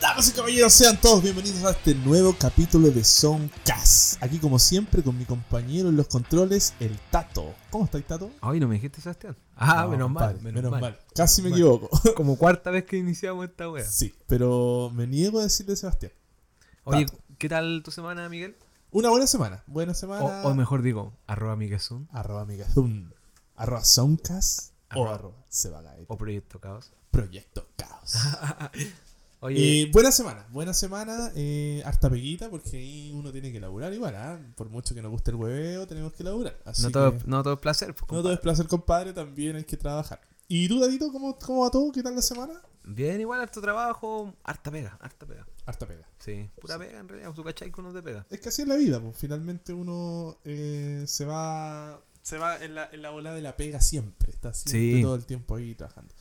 Damas y caballeros, sean todos bienvenidos a este nuevo capítulo de Soundcast. Aquí como siempre con mi compañero en los controles, el Tato. ¿Cómo estáis, Tato? Ay, no me dijiste Sebastián. Ah, No, menos mal, compadre, menos, mal. Casi me Menos mal. equivoco. Como cuarta vez que iniciamos esta wea. Sí, pero me niego a decirle Sebastián. Oye, Tato. ¿qué tal tu semana, Miguel? Una buena semana. Buena O, semana. o mejor digo, arroba Miguelzun Arroba amigazum. Arroba Soundcast. O Arroba. arroba Sebagae. o Proyecto Caos. Proyecto Caos. Oye, Eh, buena semana, buena semana, eh, harta peguita, porque ahí uno tiene que laburar igual, ¿ah? por mucho que nos guste el hueveo, tenemos que laburar. Así no, todo, que- no todo es placer. pues, No todo compadre. es placer, compadre, también hay que trabajar. ¿Y tú, Dadito, cómo, cómo va todo? ¿Qué tal la semana? Bien, igual, harto trabajo, harta pega, harta pega. Harta pega. Sí, pura pega en realidad. ¿Tú cachai que uno te pega? Es que así es la vida, pues finalmente uno eh, se va se va en la, en la ola de la pega siempre, está siempre Sí. todo el tiempo ahí trabajando.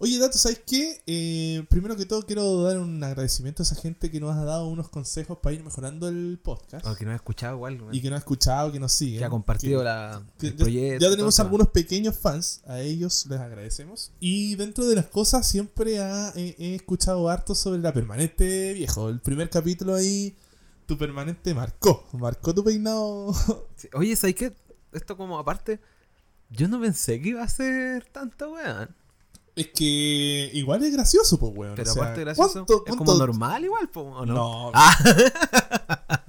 Oye, Dato, ¿sabes qué? Eh, primero que todo quiero dar un agradecimiento a esa gente que nos ha dado unos consejos para ir mejorando el podcast. O que no has escuchado igual. man. y que no ha escuchado, que nos sigue. que ha compartido la, el ya, proyecto. ya tenemos todo, algunos pequeños fans, a ellos les agradecemos. Y dentro de las cosas siempre ha- he, he escuchado harto sobre la permanente viejo. El primer capítulo ahí, tu permanente marcó, marcó tu peinado. Sí. Oye, ¿sabes qué? Esto como aparte, yo no pensé que iba a ser tanta wea. es que igual es gracioso, pues, weón. Pero O sea, aparte, gracioso. ¿cuánto- Es como cuánto- normal igual, po, ¿o no? No. Ah.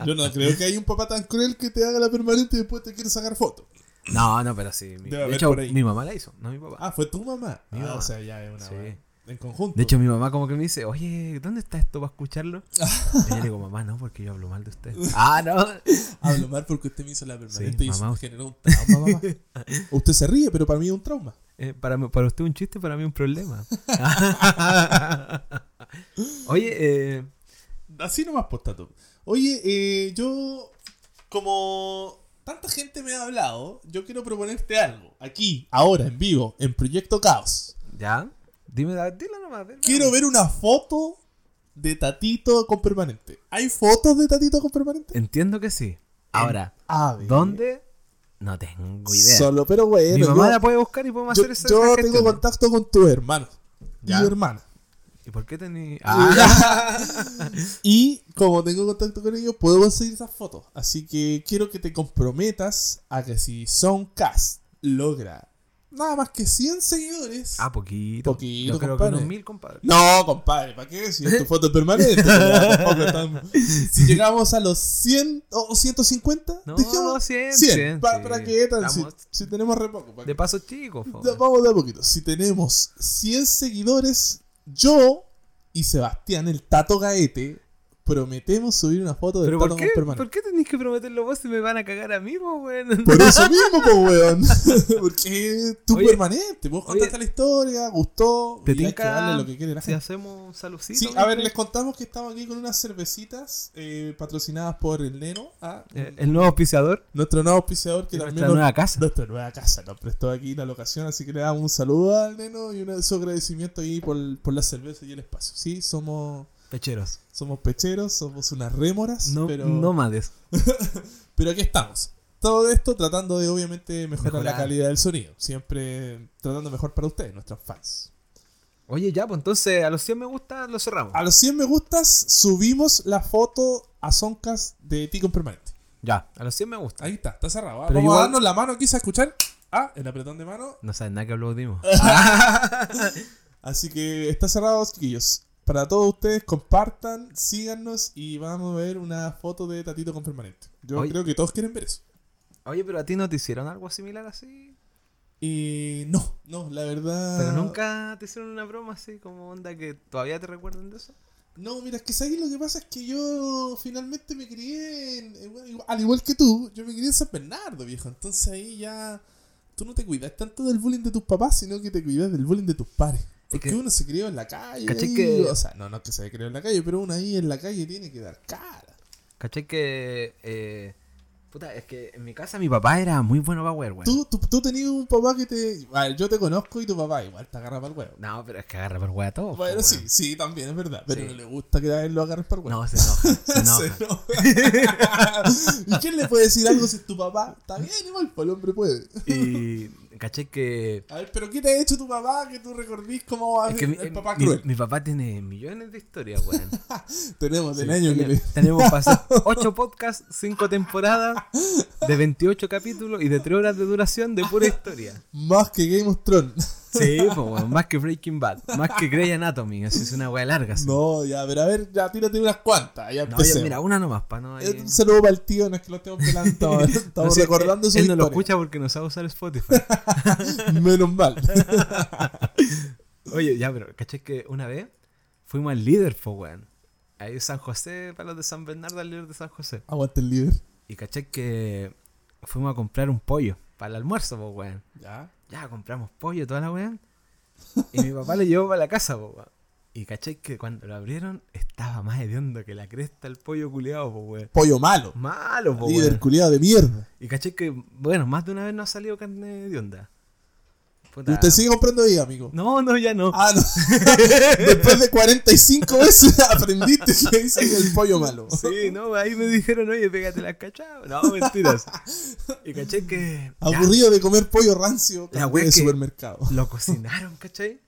Yo no creo que haya un papá tan cruel que te haga la permanente y después te quiere sacar foto. No, no, pero sí. mi- Debe de haber hecho, por ahí. mi mamá la hizo, no mi papá. Ah, fue tu mamá. Mi Ah, mamá. O sea, ya es una. Sí. weá. En conjunto. De hecho, mi mamá como que me dice, oye, ¿dónde está esto para escucharlo? y yo le digo, mamá, no, porque yo hablo mal de usted. ah, no. Hablo mal porque usted me hizo la permanente Sí, y eso mamá. me generó un trauma, mamá. Usted se ríe, pero para mí es un trauma. Eh, para, mí- para usted un chiste, para mí un problema. oye, eh, Así nomás, postato. Oye, eh, yo, como tanta gente me ha hablado, yo quiero proponerte algo. Aquí, ahora, en vivo, en Proyecto Caos. ¿ya? Dime, da- dilo nomás. dilo Quiero nomás. ver una foto de Tatito con permanente. ¿Hay fotos de Tatito con permanente? Entiendo que sí. Ahora, A ver. ¿dónde? No tengo idea. Solo, pero bueno. mi mamá yo- la puede buscar y podemos yo, hacer esa yo esas tengo gestiones. contacto con tu hermano. Ya. Y hermana. ¿Y por qué tení...? Ah, Y como tengo contacto con ellos, puedo conseguir esas fotos. Así que quiero que te comprometas a que si Soundcast logra nada más que 100 seguidores. ah, poquito. Poquito, Yo creo compadre. que unos mil, compadre. No, compadre, ¿para qué? Si tu foto es permanente. pero tampoco es tan- Si llegamos a los 100 o 150, No, dejemos 100, 100. 100, Pa- sí. ¿Para qué tan? Si, Estamos si tenemos re poco. ¿para De qué? paso chico, po. Ya, Vamos de a poquito. Si tenemos 100 seguidores, yo y Sebastián, el Tato Gaete, prometemos subir una foto del ¿Pero Tato por con qué? permanente. ¿Por qué tenéis que prometerlo vos si me van a cagar a mí, po, weón? Por eso mismo, po, weón. Porque tú Oye, permanente. Vos contaste oye. la historia, gustó. ¿Te y hay que tinca darle lo que quiere la Si gente. hacemos un salucito. Sí, a ver, les contamos que estamos aquí con unas cervecitas eh, patrocinadas por el Neno, ah, Eh, El nuevo auspiciador nuestro nuevo auspiciador que de también nuestra nos- nueva casa. Nuestra nueva casa nos prestó aquí la locación, así que le damos un saludo al neno y un su agradecimiento ahí por, por la cerveza y el espacio. Sí, somos, Pecheros. somos pecheros, somos unas rémoras, No, pero, Nómades. pero aquí estamos. Todo esto tratando de obviamente mejorar, la Mejorar. calidad del sonido, siempre tratando mejor para ustedes, nuestros fans. Oye, ya, pues entonces a los 100 me gusta lo cerramos. A los 100 me gustas subimos la foto a Soncas de Ticon Permanente. Ya, a los 100 me gusta. Ahí está, está cerrado. ¿ah? Pero Vamos a igual- darnos la mano, quizá escuchar. Ah, el apretón de mano No sabes nada que aplaudimos. Ah. Así que está cerrado, chiquillos. Para todos ustedes, compartan, síganos y vamos a ver una foto de Tatito con permanente. Yo Oye. creo que todos quieren ver eso. Oye, pero a ti no te hicieron algo similar así. Y no, no, la verdad. Pero nunca te hicieron una broma así como onda que todavía te recuerdan de eso. No, mira, es que ¿sabes lo que pasa? Es que yo finalmente me crié, en- en- igual- al igual que tú, yo me crié en San Bernardo, viejo. Entonces ahí ya. Tú no te cuidas tanto del bullying de tus papás, sino que te cuidas del bullying de tus padres. Porque que- uno se crió en la calle. ¿Cachai ahí, que- O sea, no, no es que se haya criado en la calle, pero uno ahí en la calle tiene que dar cara. ¿Cachai que... eh, puta, es que en mi casa mi papá era muy bueno para wear, weón. Tú, tú, tú tenías un papá que te. a ver, yo te conozco y tu papá igual te agarra para el huevo. No, pero es que agarra para wear todo. po, Bueno, weón. sí, sí, también es verdad. Pero Oh, Sí. no le gusta que a él lo agarres para el huevo. No, se enoja, se Se enoja. enoja. ¿Y quién le puede decir algo si es tu papá? Está bien, igual, pues el hombre puede. Y caché que... A ver, pero ¿qué te ha hecho tu papá que tú recordís cómo Es que mi, Ah, eh, el papá mi- cruel? mi papá tiene millones de historias, weón. Tenemos el Sí, año que tenemos- le... Tenemos pasado 8 podcasts, 5 temporadas, de 28 capítulos y de 3 horas de duración de pura historia. Más que Game of Thrones. Sí, po, weón, más que Breaking Bad, más que Grey Anatomy, así es una weá larga. así. No, ya, pero a ver, ya tírate unas cuantas. Ya No, empecemos. ya, mira, una nomás, pa' no. ahí- Eh, Un saludo para el tío, no es que lo estemos pelando. Estamos, no estamos sé, recordando él, su él no lo historia. escucha porque no sabe usar Spotify. Menos mal. Oye, ya, pero caché que una vez fuimos al líder, po, weón. Ahí en San José, para los de San Bernardo, al líder de San José. Aguante el líder. Y caché que fuimos a comprar un pollo para el almuerzo, po, weón. Ya. ya compramos pollo, toda la weá. Y mi papá lo llevó para la casa, po, weón. Y caché que cuando lo abrieron estaba más hediondo que la cresta el pollo culeado, po, weón. Pollo malo. Malo, po, líder weón. culiado de mierda. Y caché que, bueno, más de una vez no ha salido carne hedionda. Puta. ¿Y usted sigue comprando ahí, amigo? No, no, ya no. Ah, no. Después de 45 veces aprendiste que dicen el pollo malo. Sí, no, ahí me dijeron, oye, pégate las cachadas. No, mentiras. Y caché que. ya, Aburrido de comer pollo rancio La cambié wea de que- supermercado. Lo cocinaron, ¿cachai?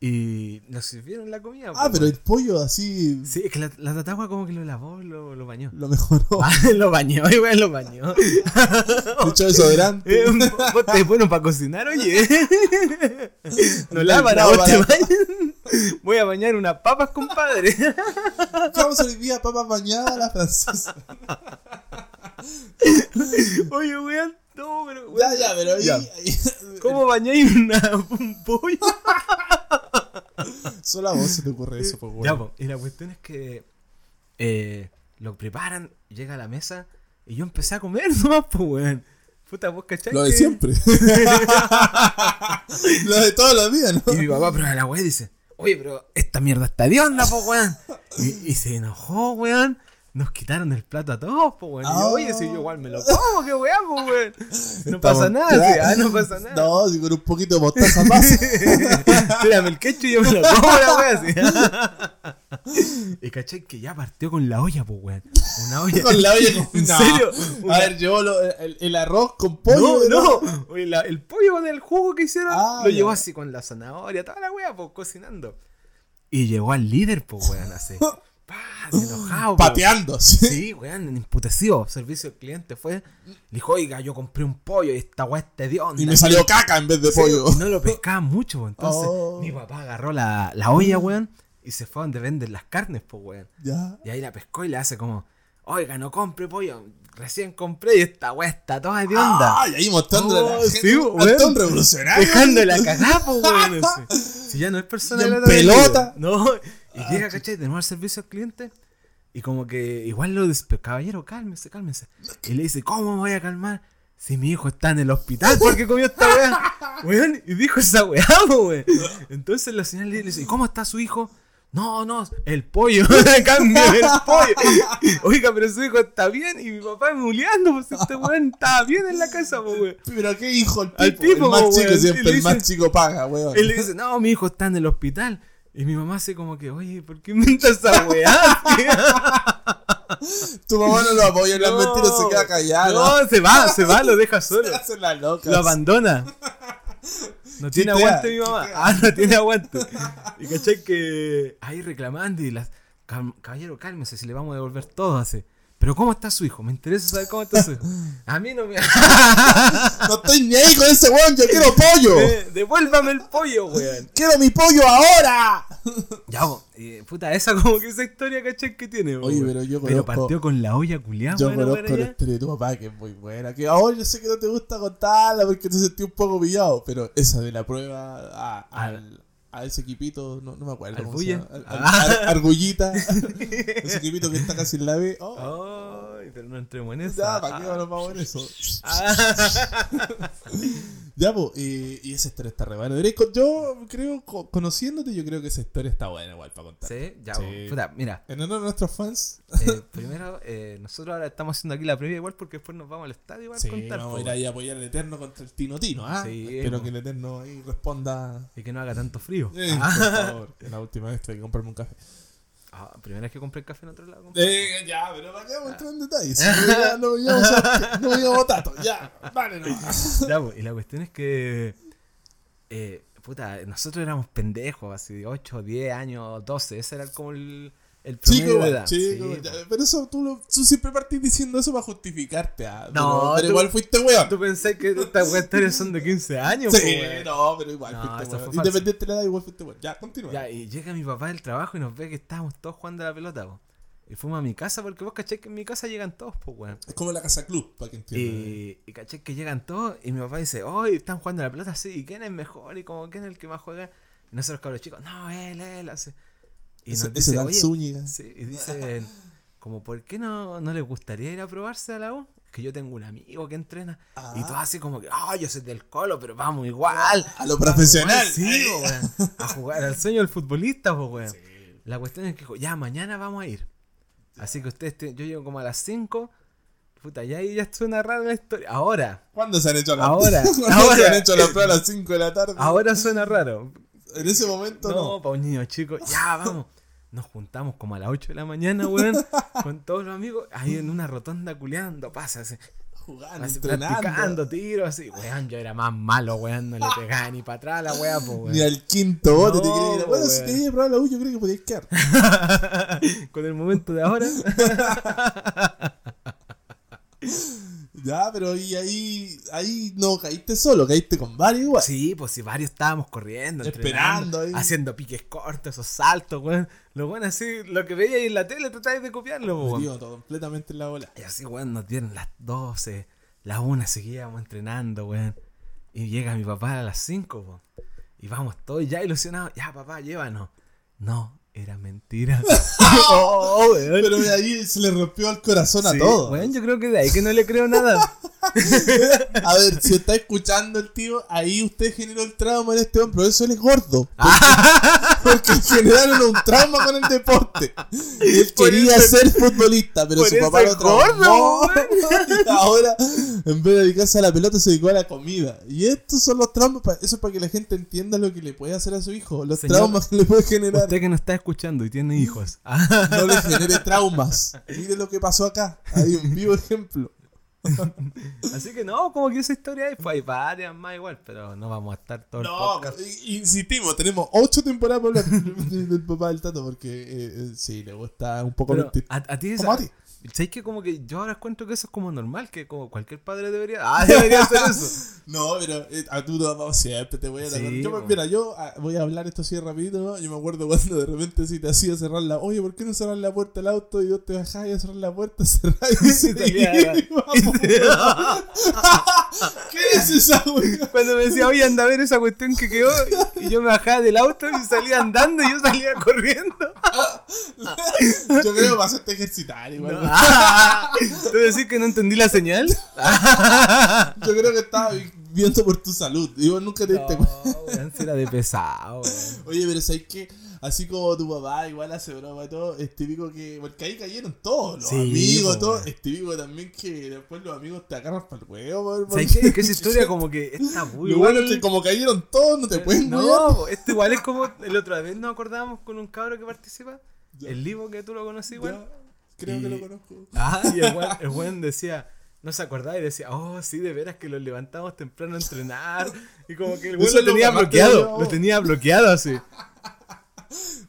Y nos sirvieron la comida. po, Ah, pero weón. el pollo así Sí, es que la, la tatagua como que lo lavó, lo, lo bañó. lo mejoró. Ah, lo bañó, y lo bañó. Le echó desodorante. Es un bote bueno para cocinar, oye. No la Andá, para vos te para- bañas. Voy a bañar unas papas, compadre. Vamos hoy día papas bañadas a la francesa. Oye, weón, no, pero. Ya, weón, ya, pero ahí, Ya. ahí- ¿Cómo bañáis una- un pollo? solo a vos se te ocurre eso, pues, Ya, bueno. po, y la cuestión es que. eh, lo preparan, llega a la mesa. Y yo empecé a comer nomás, pues, weón. Puta, vos cachai. Lo de que- siempre. lo de todos los días, ¿no? Y mi papá prueba la weá y dice, oye, pero esta mierda está de onda, po, weón. Y, y se enojó, weón. Nos quitaron el plato a todos, po, weón. Y yo, Ah. oye, si yo igual me lo como, qué weá, po, weón. No Estamos- pasa nada, Ya. sí, ah, no pasa nada. No, si con un poquito de mostaza pasa. Tírame el ketchup y yo me lo como la weá, sí. y caché que ya partió con la olla, po, weón. Una olla. con la olla con- ¿En No. serio? A ver, llevó lo- el, el arroz con pollo. ¿verdad? No, no, Oye, la- el pollo con el jugo que hicieron Ah, lo ya. llevó así con la zanahoria, toda la wea, pues cocinando. Y llegó al líder, pues weón, así. Pa, así enojado. po. Pateando, sí. Sí, weón, imputecido. Servicio al cliente fue. Le dijo, oiga, yo compré un pollo y esta weá está de onda. Y me salió caca en vez de pollo. Y no lo pescaba mucho, po. entonces Oh. mi papá agarró la, la olla, weón, y se fue a donde venden las carnes, pues weón. Ya. Y ahí la pescó y le hace como, oiga, no compre pollo. Recién compré y esta weá está toda de onda. Ay, ahí mostrándole a Oh, la gente. sí, weón. Hasta un revolucionario. Dejándola cagada, po, weón. ese. Si ya no es Y personal. en ahora de pelota. líder. No. Y llega, ¿cachai? De nuevo al servicio al cliente. Y como que igual lo dice, "Pero, caballero, cálmese, cálmese. Y le dice, ¿cómo me voy a calmar? Si mi hijo está en el hospital porque comió esta weá. Weón, y dijo esa weá, po, weón. Entonces la señora le dice, "¿Y cómo está su hijo? No, no, el pollo, cambio el pollo. Oiga, pero su hijo está bien y mi papá me huleando, pues este weón estaba bien en la casa, po, weón. Pero qué hijo el tipo. Al tipo, el más po, chico weón. Y siempre, le el más dice- chico paga, weón. Él le dice, no, mi hijo está en el hospital. Y mi mamá hace como que, oye, ¿por qué inventas esa weá? Tu mamá no lo apoya en las No. mentiras, se queda callada. No, se va, se va, lo deja solo. Se hacen las locas. Lo abandona. No tiene Chitea, aguante mi mamá. chitea. Ah, no tiene aguante. Y caché que ahí reclamando y las... "Cam- Caballero, cálmese, si le vamos a devolver todo hace. Pero ¿cómo está su hijo? Me interesa saber cómo está su hijo. A mí no me... No estoy ni ahí con ese weón, yo quiero pollo. Eh, Devuélvame el pollo, weón. ¡Quiero mi pollo ahora! Ya, po, eh, puta, esa como que esa historia, caché que tiene, po, Oye, weón. pero yo Pero conozco- partió con la olla culiada, Yo Ah, bueno, conozco la bueno, historia de tu papá que es muy buena. Que ahora yo sé que no te gusta contarla porque te sentí un poco pillado, pero esa de la prueba a, al, a ese equipito, no, no me acuerdo. ¿Al cómo se Bulla? llama. Al- al- Ah. ar- Argullita. ese equipito que está casi en la B. Oh, ya. Ay, pero no entremos en eso. Ya, ¿para qué nos vamos en eso? Ya, pues, eh, y esa historia está re buena. Deberías con- Yo creo, co- conociéndote, yo creo que esa historia está buena igual para contar. Sí, ya, Sí. po. Puta, mira, En honor a nuestros fans, eh, primero, eh, nosotros ahora estamos haciendo aquí la previa igual porque después nos vamos al estadio igual sí, a contar. vamos a po, ir ahí a apoyar al Eterno contra el Tino Tino, ¿ah? Sí, Espero po. que el Eterno ahí responda. Y que no haga tanto frío. Eh, Ah, Por favor, es la última vez tuve que comprarme un café. ah, primera vez que compré el café en otro lado. compadre. Eh, ya, pero para qué vamos a entrar en detalles. No, no, no, no, no, digamos tanto, ya, vale, no. Ya, po, y la cuestión es que. eh, puta, nosotros éramos pendejos, así, 8, 10 años, 12. Ese era como el, el promedio Chico, de igual, edad. chico, Sí, ya, po. pero eso tú, lo- tú siempre partís diciendo eso para justificarte. ah, pero- No, pero, tú- igual fuiste weón. Tú pensás que estas historias son de 15 años, po, Sí, weón. no, pero igual No, fuiste eso weón. fue falso. Independiente de la edad, igual fuiste weón. Ya, continúa. Ya, y llega mi papá del trabajo y nos ve que estábamos todos jugando a la pelota, po. Y fuimos a mi casa porque vos caché que en mi casa llegan todos, pues, weón. Es como la casa club, para que entiendan. Y, y caché que llegan todos y mi papá dice, hoy están jugando a la pelota, sí, ¿y quién es mejor? Y como, ¿quién es el que más juega? Y nosotros cabros chicos, no, él, él, así. Y Ese, nos ese dice, Dan "Oye", Zúñiga. sí, y dicen, como, ¿por qué no, no les gustaría ir a probarse a la U? Que yo tengo un amigo que entrena. Ah. Y todo así como que, oh, yo soy del colo, pero vamos igual. A lo profesional. Sí, po, weón. A jugar al sueño del futbolista, po, weón. Sí. La cuestión es que dijo, ya mañana vamos a ir. Así que ustedes, te- yo llego como a las 5. Puta, ya ahí ya suena rara la historia. Ahora, ¿Cuándo se han hecho las Ahora, ¿Cuándo se ahora. han hecho las pruebas a las 5 de la tarde? ahora suena raro. En ese momento No, no. para un niño chico, ya vamos. Nos juntamos como a las 8 de la mañana, weón, con todos los amigos, ahí en una rotonda culeando, pasa así, Jugando, así entrenando. practicando, tiro, así, weón, yo era más malo, weón, no le pegaba ni para atrás a la weá, po, weón. Ni al quinto bote te No, quería ir. a- Bueno, si weón. te querías probar la U, yo creo que podías quedar. con el momento de ahora. Ya, pero y ahí, ahí no caíste solo, caíste con varios igual. Sí, pues si varios estábamos corriendo, Esperando entrenando, ahí. haciendo piques cortos, esos saltos, weón. Lo bueno así, lo que veía ahí en la tele tratáis de copiarlo, po, weón. Metido todo completamente en la bola. Y así, weón, nos dieron las 12, las 1, seguíamos entrenando, weón. Y llega mi papá a las 5, weón. Y vamos todos ya ilusionados, ya papá, llévanos. No, era mentira. oh, weón. Pero de ahí se le rompió el corazón a Sí, todos. Weón, yo creo que de ahí que no le creo nada. A ver, si está escuchando el tío, ahí usted generó el trauma en este hombre, por eso él es gordo. Porque generaron un trauma con el deporte. Él Por quería eso- ser futbolista, pero por su eso papá lo es gordo, traumó. weón. Y ahora, en vez de dedicarse a la pelota, se dedicó a la comida. Y estos son los traumas. pa- Eso es para que la gente entienda lo que le puede hacer a su hijo. Los Señor, traumas que le puede generar. Usted que nos está escuchando y tiene hijos. No le genere traumas. Mire lo que pasó acá. Hay un vivo ejemplo. Así que no, como que esa historia hay, pues hay varias más igual, pero no vamos a estar todo el podcast. i- insistimos, tenemos ocho temporadas para hablar del del papá del tato porque eh, eh, sí, le gusta un poco Pero mentir. a, a ti Como a esa, ti. ¿sabes que como que yo ahora encuentro que eso es como normal, que como cualquier padre debería, ah, debería hacer eso. No, pero eh, a tú no, vamos, siempre te voy a Sí, tratar. Yo, po. mira, yo ah, voy a hablar esto así rapidito, ¿no? Yo me acuerdo cuando de repente si te hacía cerrar la... Oye, ¿por qué no cerrar la puerta del auto? Y yo te bajaba y a cerrar la puerta, cerrar y Y salía de la- seguí, vamos. ¿Qué es esa, güey? Cuando me decía, oye, anda a ver esa cuestión que quedó, y yo me bajaba del auto y salía andando y yo salía corriendo. Yo creo que vas a ejercitar igual. güey. Ah, ¿Tú decís que no entendí la señal? Yo creo que estaba vi- viendo por tu salud. Y vos nunca te No, diste cuenta. weón, si era de pesado, weón. Oye, pero ¿sabes qué? Así como tu papá igual hace broma y todo, es típico que... Porque ahí cayeron todos, los Sí, amigos, po, todo. weón. Es típico también que después los amigos te agarran para el huevo. weón, ¿Sabes qué? porque- Es que esa historia como que está muy Lo bueno es que como cayeron todos, no te pueden No, huear. po, esto igual es como el otra vez nos acordábamos con un cabro que participa, Ya. el Livo que tú lo conocí pues, Ya, igual. Creo Y- que lo conozco. Ah, y el buen, el buen decía, no se acordaba y decía, oh, sí, de veras que lo levantamos temprano a entrenar. Y como que el buen Eso lo es lo tenía que más te bloqueado, dolió. lo tenía bloqueado así.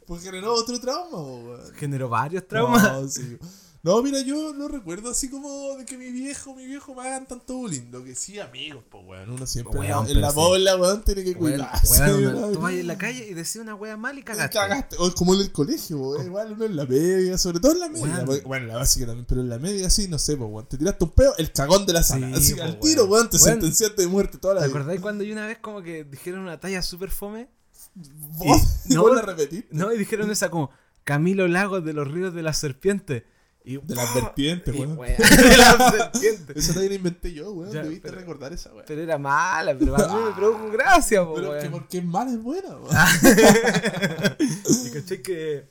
Pues generó otro trauma, po, weón. Generó varios traumas. No, sí. No, mira, yo no recuerdo así como de que mi viejo, mi viejo me hagan tanto bullying. Lo que sí, amigos, pues, weón. Uno siempre Weón, en la pero sí. bola, weón, tiene que Weón, cuidarse. weón, weón. tú vas en la calle y decís una wea mal y cagaste. Oh. Cagaste. O es como en el colegio, weón. Igual uno en la media, sobre todo en la media. Weón. porque- bueno, en la básica también, pero en la media sí, no sé, pues, weón. Te tiraste un peo, el cagón de la sala. Sí, así que po, al weón. tiro, weón, te Weón. sentenciaste de muerte toda la ¿Te vida. acordáis cuando yo una vez como que dijeron una talla super fome? ¿Vos? Y- ¿Vos no. la repetiste? No, y dijeron esa como Camilo Lagos de los Ríos de la Serpiente. Y, ¡oh! De las vertientes, y, weón. weón, de las vertientes. Esa también la inventé yo, weón. Ya, Debiste pero- recordar esa, weón. Pero era mala, pero a mí me produjo gracia, po, Pero es que weón. Ah, porque es mala es buena, weón. Y caché que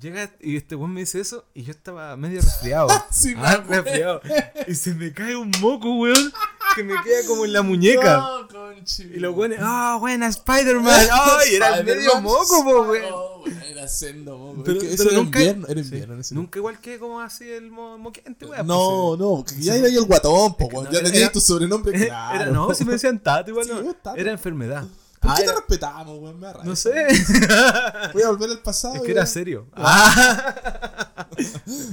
llega y este weón me dice eso y yo estaba medio resfriado. Sí, Ah, me acuerdo. resfriado. Y se me cae un moco, weón, que me queda como en la muñeca. No, conche. Y los weones, ¡ah, buena Spider-Man! ¡Ay, era el medio Spider-Man. moco, po, weón! No, weón, Era sendo moco. Pero- Es que pero eso era nunca- invierno, era invierno. en ese Nunca igual que como así el mo moquente, weón. No, no, porque ya era ahí el guatón, po, weón. no, Ya era- tenías era- tu sobrenombre claro. Pues, eh, Era, no, si me decían tato, igual Sí, no. vos tato. Era enfermedad. ¿Por Ah, qué te era- respetamos, weón? Me da rabia. no sé. Voy a volver al pasado. es que era weón. serio. Ah,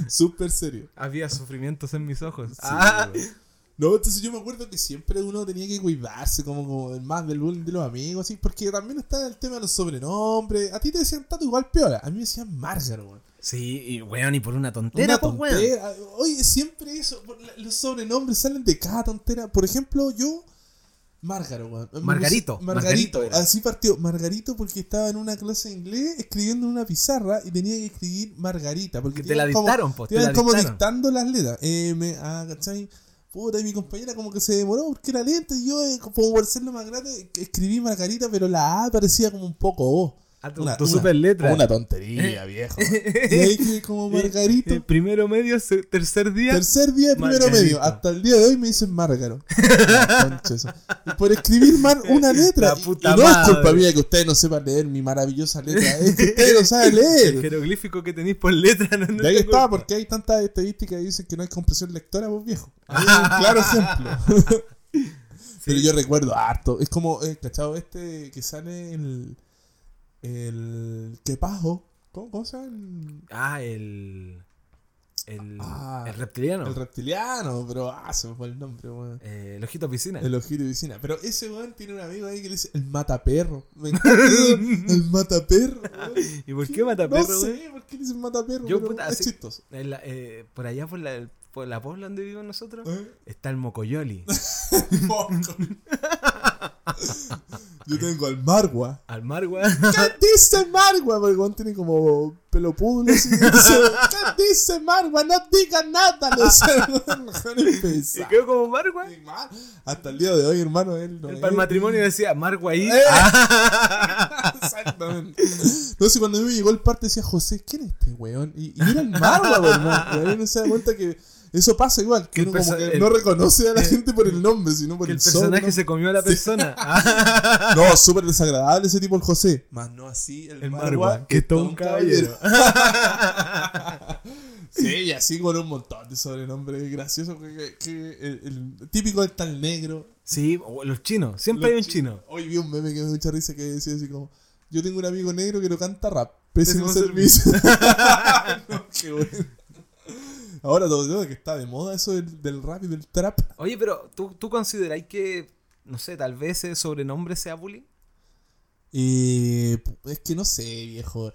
Súper serio. había sufrimientos en mis ojos. Sí, Ah, weón. No, entonces yo me acuerdo que siempre uno tenía que cuidarse, como, como del más del bullying de los amigos, así, porque también está el tema de los sobrenombres. A ti te decían Tato igual peor, a mí me decían Margar, weón. sí, y weón, y por una Una tontera, pues, weón. tontera. Oye, siempre eso, por la- los sobrenombres salen de cada tontera. Por ejemplo, yo, Márgaro, weón. Me Margarito, puse- Margarito, Margarito era. así partió. Margarito porque estaba en una clase de inglés escribiendo en una pizarra y tenía que escribir Margarita. Porque Que te la iban como- dictaron, pues. te Te la iban como dictaron. dictando las letras. Eh, me, ah, ¿cachai? Puta, y mi compañera como que se demoró porque era lenta y yo, eh, como por serlo más grande, escribí Margarita, pero la A parecía como un poco O. Ah, tu, tu super letra. Una tontería, viejo. Y ahí quedé como Margarito. El Eh, primero medio, se- tercer día. Tercer día de primero Margarito. medio. Hasta el día de hoy me dicen Márgaro. La concha esa. Y por escribir mal una letra. La Y- puta y no es madre. culpa mía que ustedes no sepan leer mi maravillosa letra. Es que ustedes no saben el leer. jeroglífico que tenéis por letra. No, no De ahí te está, culpo. porque hay tantas estadísticas que dicen que no hay compresión lectora, vos viejo. Ahí hay un claro ejemplo. Pero yo recuerdo harto. Es como, eh, ¿cachado? Este que sale el. El. Quepajo. ¿Cómo, cómo se llama? El- Ah, el. El, Ah, el reptiliano. El reptiliano, pero ah, se me fue el nombre, weón. Eh, el ojito a piscina. El ojito de piscina. Pero ese weón tiene un amigo ahí que le dice el mataperro. Me encanta el mataperro. weón. ¿Y por qué mata perro, No güey? sé, ¿por qué le dicen mataperro? Yo, Pero puta, es así- chistoso. En la- eh, por allá, por la, por la pobla donde vivimos nosotros, ¿Eh? está el mocoyoli. Poco. Yo tengo al Margua. Al mar, weón. ¿Qué dice Margua? Porque el weón tiene como pelo púdulo. así, y dice, ¿Qué dice Margua? No diga nada. No sé, weón, mejor Se empezar. quedó como mar, weón. Hasta el día de hoy, hermano, él no El- es- Para el matrimonio decía mar, guay. Eh. Exactamente. Entonces cuando a mí me llegó el parte decía, José, ¿quién es este weón? Y, y era el Marwa, hermano. Y ahí uno se da cuenta que eso pasa igual, que Que el uno como perso- que el- no reconoce a la eh, gente por el nombre, sino por que el el, personaje sobrenombre. se comió a la persona. Ah, No, súper desagradable ese tipo el José. Más no así el mar, weón, Que todo un caballero. Sí, y así con un montón de sobrenombres graciosos. Que, que- que el, el típico del tal negro. Sí, o los chinos. Siempre Los hay un chinos. chino. Hoy vi un meme que me dio mucha risa que decía así como, yo tengo un amigo negro que no canta rap, pésimo, Pésimo servicio. No, qué bueno. Ahora todo todo que está de moda eso del, del rap y del trap. Oye, pero ¿tú, tú consideráis que, no sé, tal vez ese sobrenombre sea bullying? Eh, pu- es que no sé, viejo.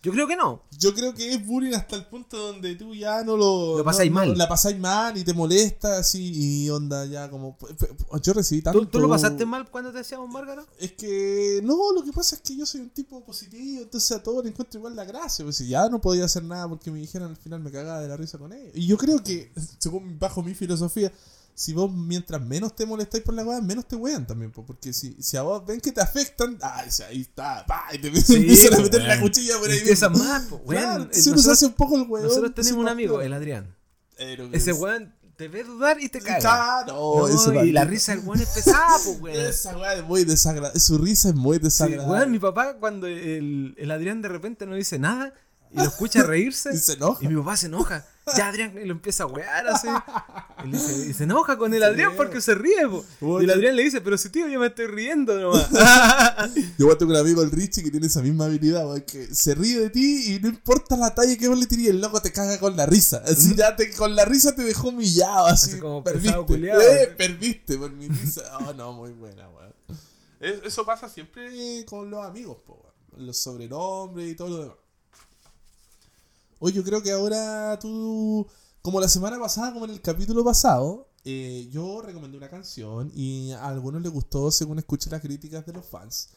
Yo creo que no. Yo creo que es bullying hasta el punto donde tú ya no lo... Lo pasáis no- no- mal. la pasáis mal y te molesta así y onda ya como... p- p- Yo recibí tanto... ¿Tú, tú lo pasaste mal cuando te decíamos Márgaro? Es que no, lo que pasa es que yo soy un tipo positivo, entonces a todos le encuentro igual la gracia. Pues si ya no podía hacer nada porque me dijeran al final me cagaba de la risa con ellos. Y yo creo que, según bajo mi filosofía, si vos mientras menos te molestáis por la weá, menos te wean también. po, Porque si, si a vos ven que te afectan, ay, si ahí está, pa, y te empiezan a po, meter la pues, weón. cuchilla por ahí. Empiezas mismo. más, po, weón. Claro, Eh, entonces uno se nosotros, hace un poco el weón. nosotros se tenemos un parte amigo, la- el Adrián. Pero que Ese es- weón te ve dudar y te caga. Claro, No, ese y la maldito. risa del weón es pesada, po, weón. Esa weá es muy desagradable. Su risa es muy Sí, desagradable. weón, mi papá cuando el, el Adrián de repente no dice nada y lo escucha reírse Y se enoja. y mi papá se enoja. Ya Adrián y lo empieza a wear así. Y, le dice- y se enoja con el Adrián porque se ríe, po. Weón, Y el yo- Adrián le dice, pero si tío, yo me estoy riendo nomás. Yo igual tengo un amigo, el Richie, que tiene esa misma habilidad, weón, que se ríe de ti y no importa la talla que vos le tirís, el loco te caga con la risa. Así ya te- con la risa te dejó humillado, así, Así como perdiste. pesado culiao. Eh, perdiste por mi risa. Oh, no, muy buena, weón. Es- Eso pasa siempre con los amigos, po, weón. los sobrenombres y todo lo demás. Oye, yo creo que ahora tú, como la semana pasada, como en el capítulo pasado, eh, yo recomendé una canción y a algunos les gustó según escuché las críticas de los fans.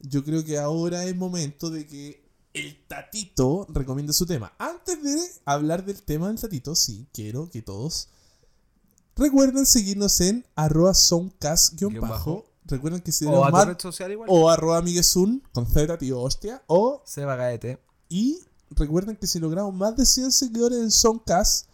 Yo creo que ahora es momento de que el Tatito recomienda su tema. Antes de hablar del tema del Tatito, sí, quiero que todos recuerden seguirnos en arroba Guión bajo. soundcast-bajo. Recuerden que si O tenemos a tu más red social igual. o arroba amiguesun con Z, tío, hostia. O, Seba Gaete. y recuerden que si logramos más de 100 seguidores en Soundcast,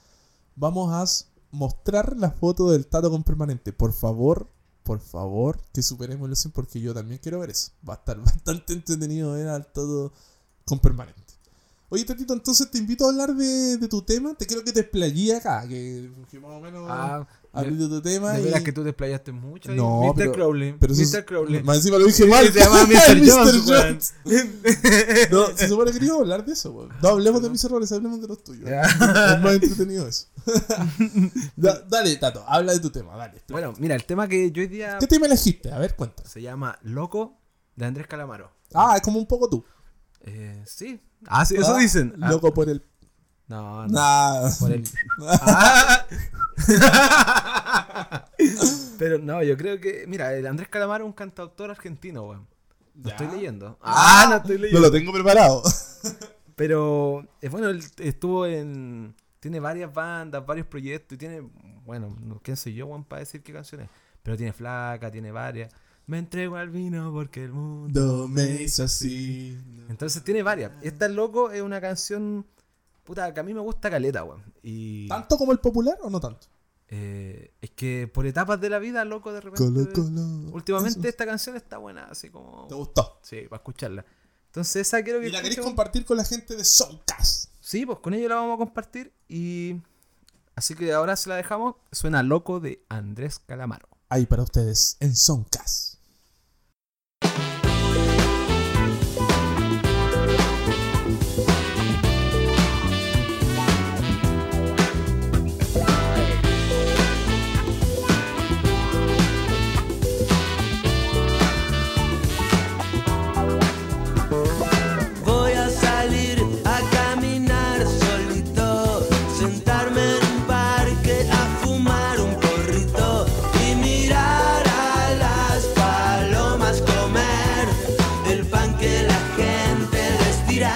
vamos a s- mostrar la foto del Tato con permanente. Por favor, por favor, que superemos los 100 porque yo también quiero ver eso. Va a estar bastante entretenido ver al Tato con permanente. Oye, Tatito, entonces te invito a hablar de, de tu tema. Te quiero que te explayí acá, que, que más o menos Ah, de, hablé de tu tema. de y- veras que tú te explayaste mucho. ahí. No, Mr. pero- Crowley. pero eso es- Mr. Crowley. Más encima lo dije mal. Se llama Mr. Jones, weón. Jones. No, se supone que queríamos hablar de eso, weón. No hablemos de mis errores, hablemos de los tuyos. Ya. Es más entretenido eso. Da- dale, Tato, habla de tu tema, dale. Bueno, mira, el tema que yo hoy día ¿Qué tema elegiste? A ver, cuéntanos. se llama Loco de Andrés Calamaro. Ah, es como un poco tú. Eh, sí. Ah, sí, eso Ah, dicen. Ah, Loco por el. No, no. Nah. Por el. Ah. Pero no, yo creo que. Mira, el Andrés Calamaro es un cantautor argentino, weón. Lo Ya. estoy leyendo. Ah, no estoy leyendo. No lo tengo preparado. Pero es bueno, él estuvo en. Tiene varias bandas, varios proyectos y tiene. Bueno, no- quién soy yo, Juan, para decir qué canciones. Pero tiene flaca, tiene varias. Me entrego al vino porque el mundo. No me hizo así. Entonces tiene varias. Esta Loco es una canción. Puta, que a mí me gusta caleta, weón. Y. ¿Tanto como el popular o no tanto? eh, es que por etapas de la vida, loco, de repente. Colo, colo. Últimamente Eso. esta canción está buena, así como. ¿Te gustó? Sí, para escucharla. Entonces esa quiero que. Y la querés escuchen. compartir con la gente de Soundcast. Sí, pues con ello la vamos a compartir y... Así que ahora se la dejamos. Suena loco de Andrés Calamaro. Ahí para ustedes en Soundcast. Voy a salir a caminar solito, sentarme en un parque a fumar un porrito y mirar a las palomas comer el pan que la gente les tira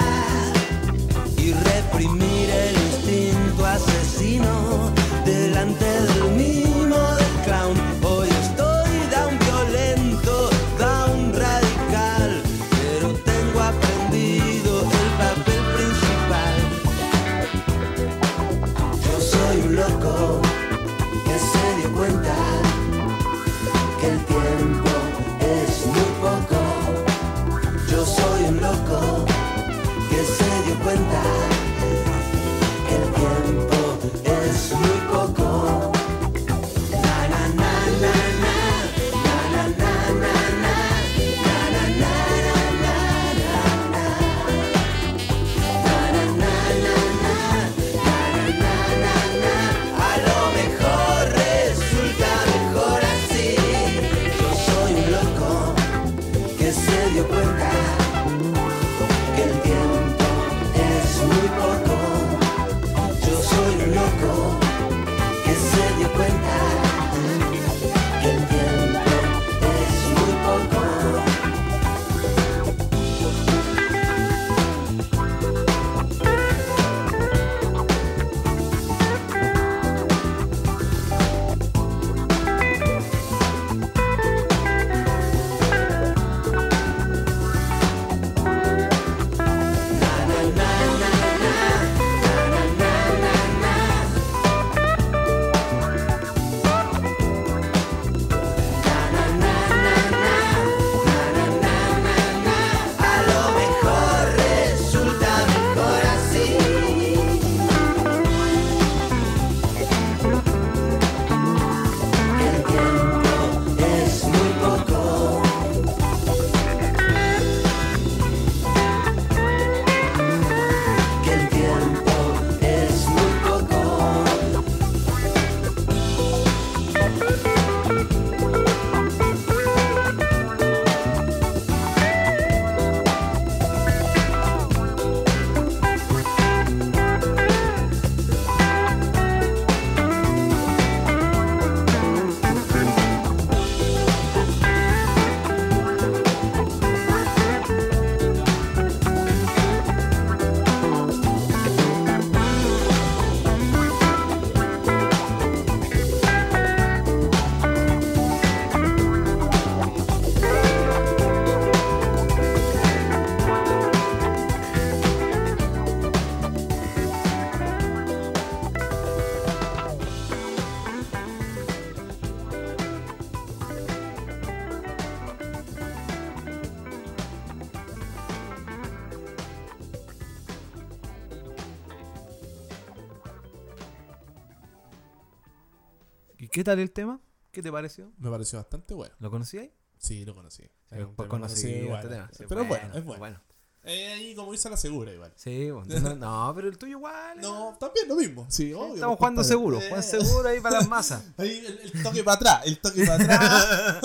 y reprimir el instinto asesino delante del mimo del clown. Hoy estoy da un violento, da un radical, pero tengo aprendido el papel principal. Yo soy un loco que se dio cuenta que el tiempo es muy poco. Yo soy un loco que se dio cuenta que el tiempo es muy poco. Na, na, na, na, na. Na, na, na, na, na. Na, na, na, na, na, na, na. Na, na, na, na, na. Na, na, na, na, na. A lo mejor resulta mejor así. Yo soy un loco que se dio cuenta que el tiempo es muy ¿Qué tal el tema? ¿Qué te pareció? Me pareció bastante bueno. ¿Lo conocí ahí? Sí, lo conocí. Era un Pues tema conocí conocido, este bueno. tema. Sí, Pero bueno, es bueno. bueno. Eh, ahí como irse a la segura igual. Sí, bueno, no, no, pero el tuyo igual. eh. No, también lo mismo. Sí, obvio, compadre. Estamos jugando seguro, Eh, Juan seguro ahí para las masas. Ahí el, el toque para atrás, el toque para atrás.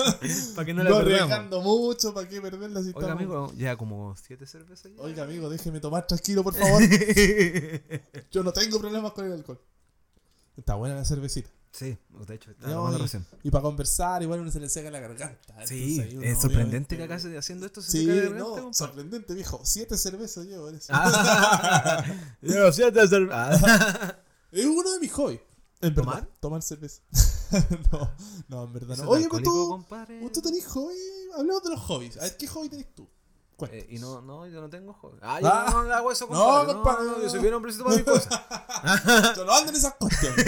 para que no no la perdamos. arriesgando mucho, ¿para qué perderla si Oiga, estamos- amigo, ya como siete cervezas. ya. Oiga, amigo, déjeme tomar tranquilo, por favor. Yo no tengo problemas con el alcohol. Está buena la cervecita. sí, de hecho, estaba No, tomando y- Ah, recién. Y para conversar, igual uno se le seca la garganta. Sí, Entonces ahí uno es sorprendente que acá obviamente- se- haciendo esto se Sí, seca de repente, no, compadre. sorprendente, viejo. Siete cervezas llevo en eso. Ah, yo siete cerve- Ah. Es uno de mis hobbies. En ¿Tomar? verdad, tomar cerveza. no, no, en verdad Eso no. es Oye, pero alcohólico, tú, compadre. tú tenés hobby. Hablemos de los hobbies. A ver, ¿qué hobby tenés tú? Cuéntanos. Eh, y no, no, yo no tengo hobby. Ah, yo Ah. no, no hago eso, No, compadre. No, compadre, no, no. yo soy bien hombrecito para mi cosa. Yo no ando en esas cuestiones.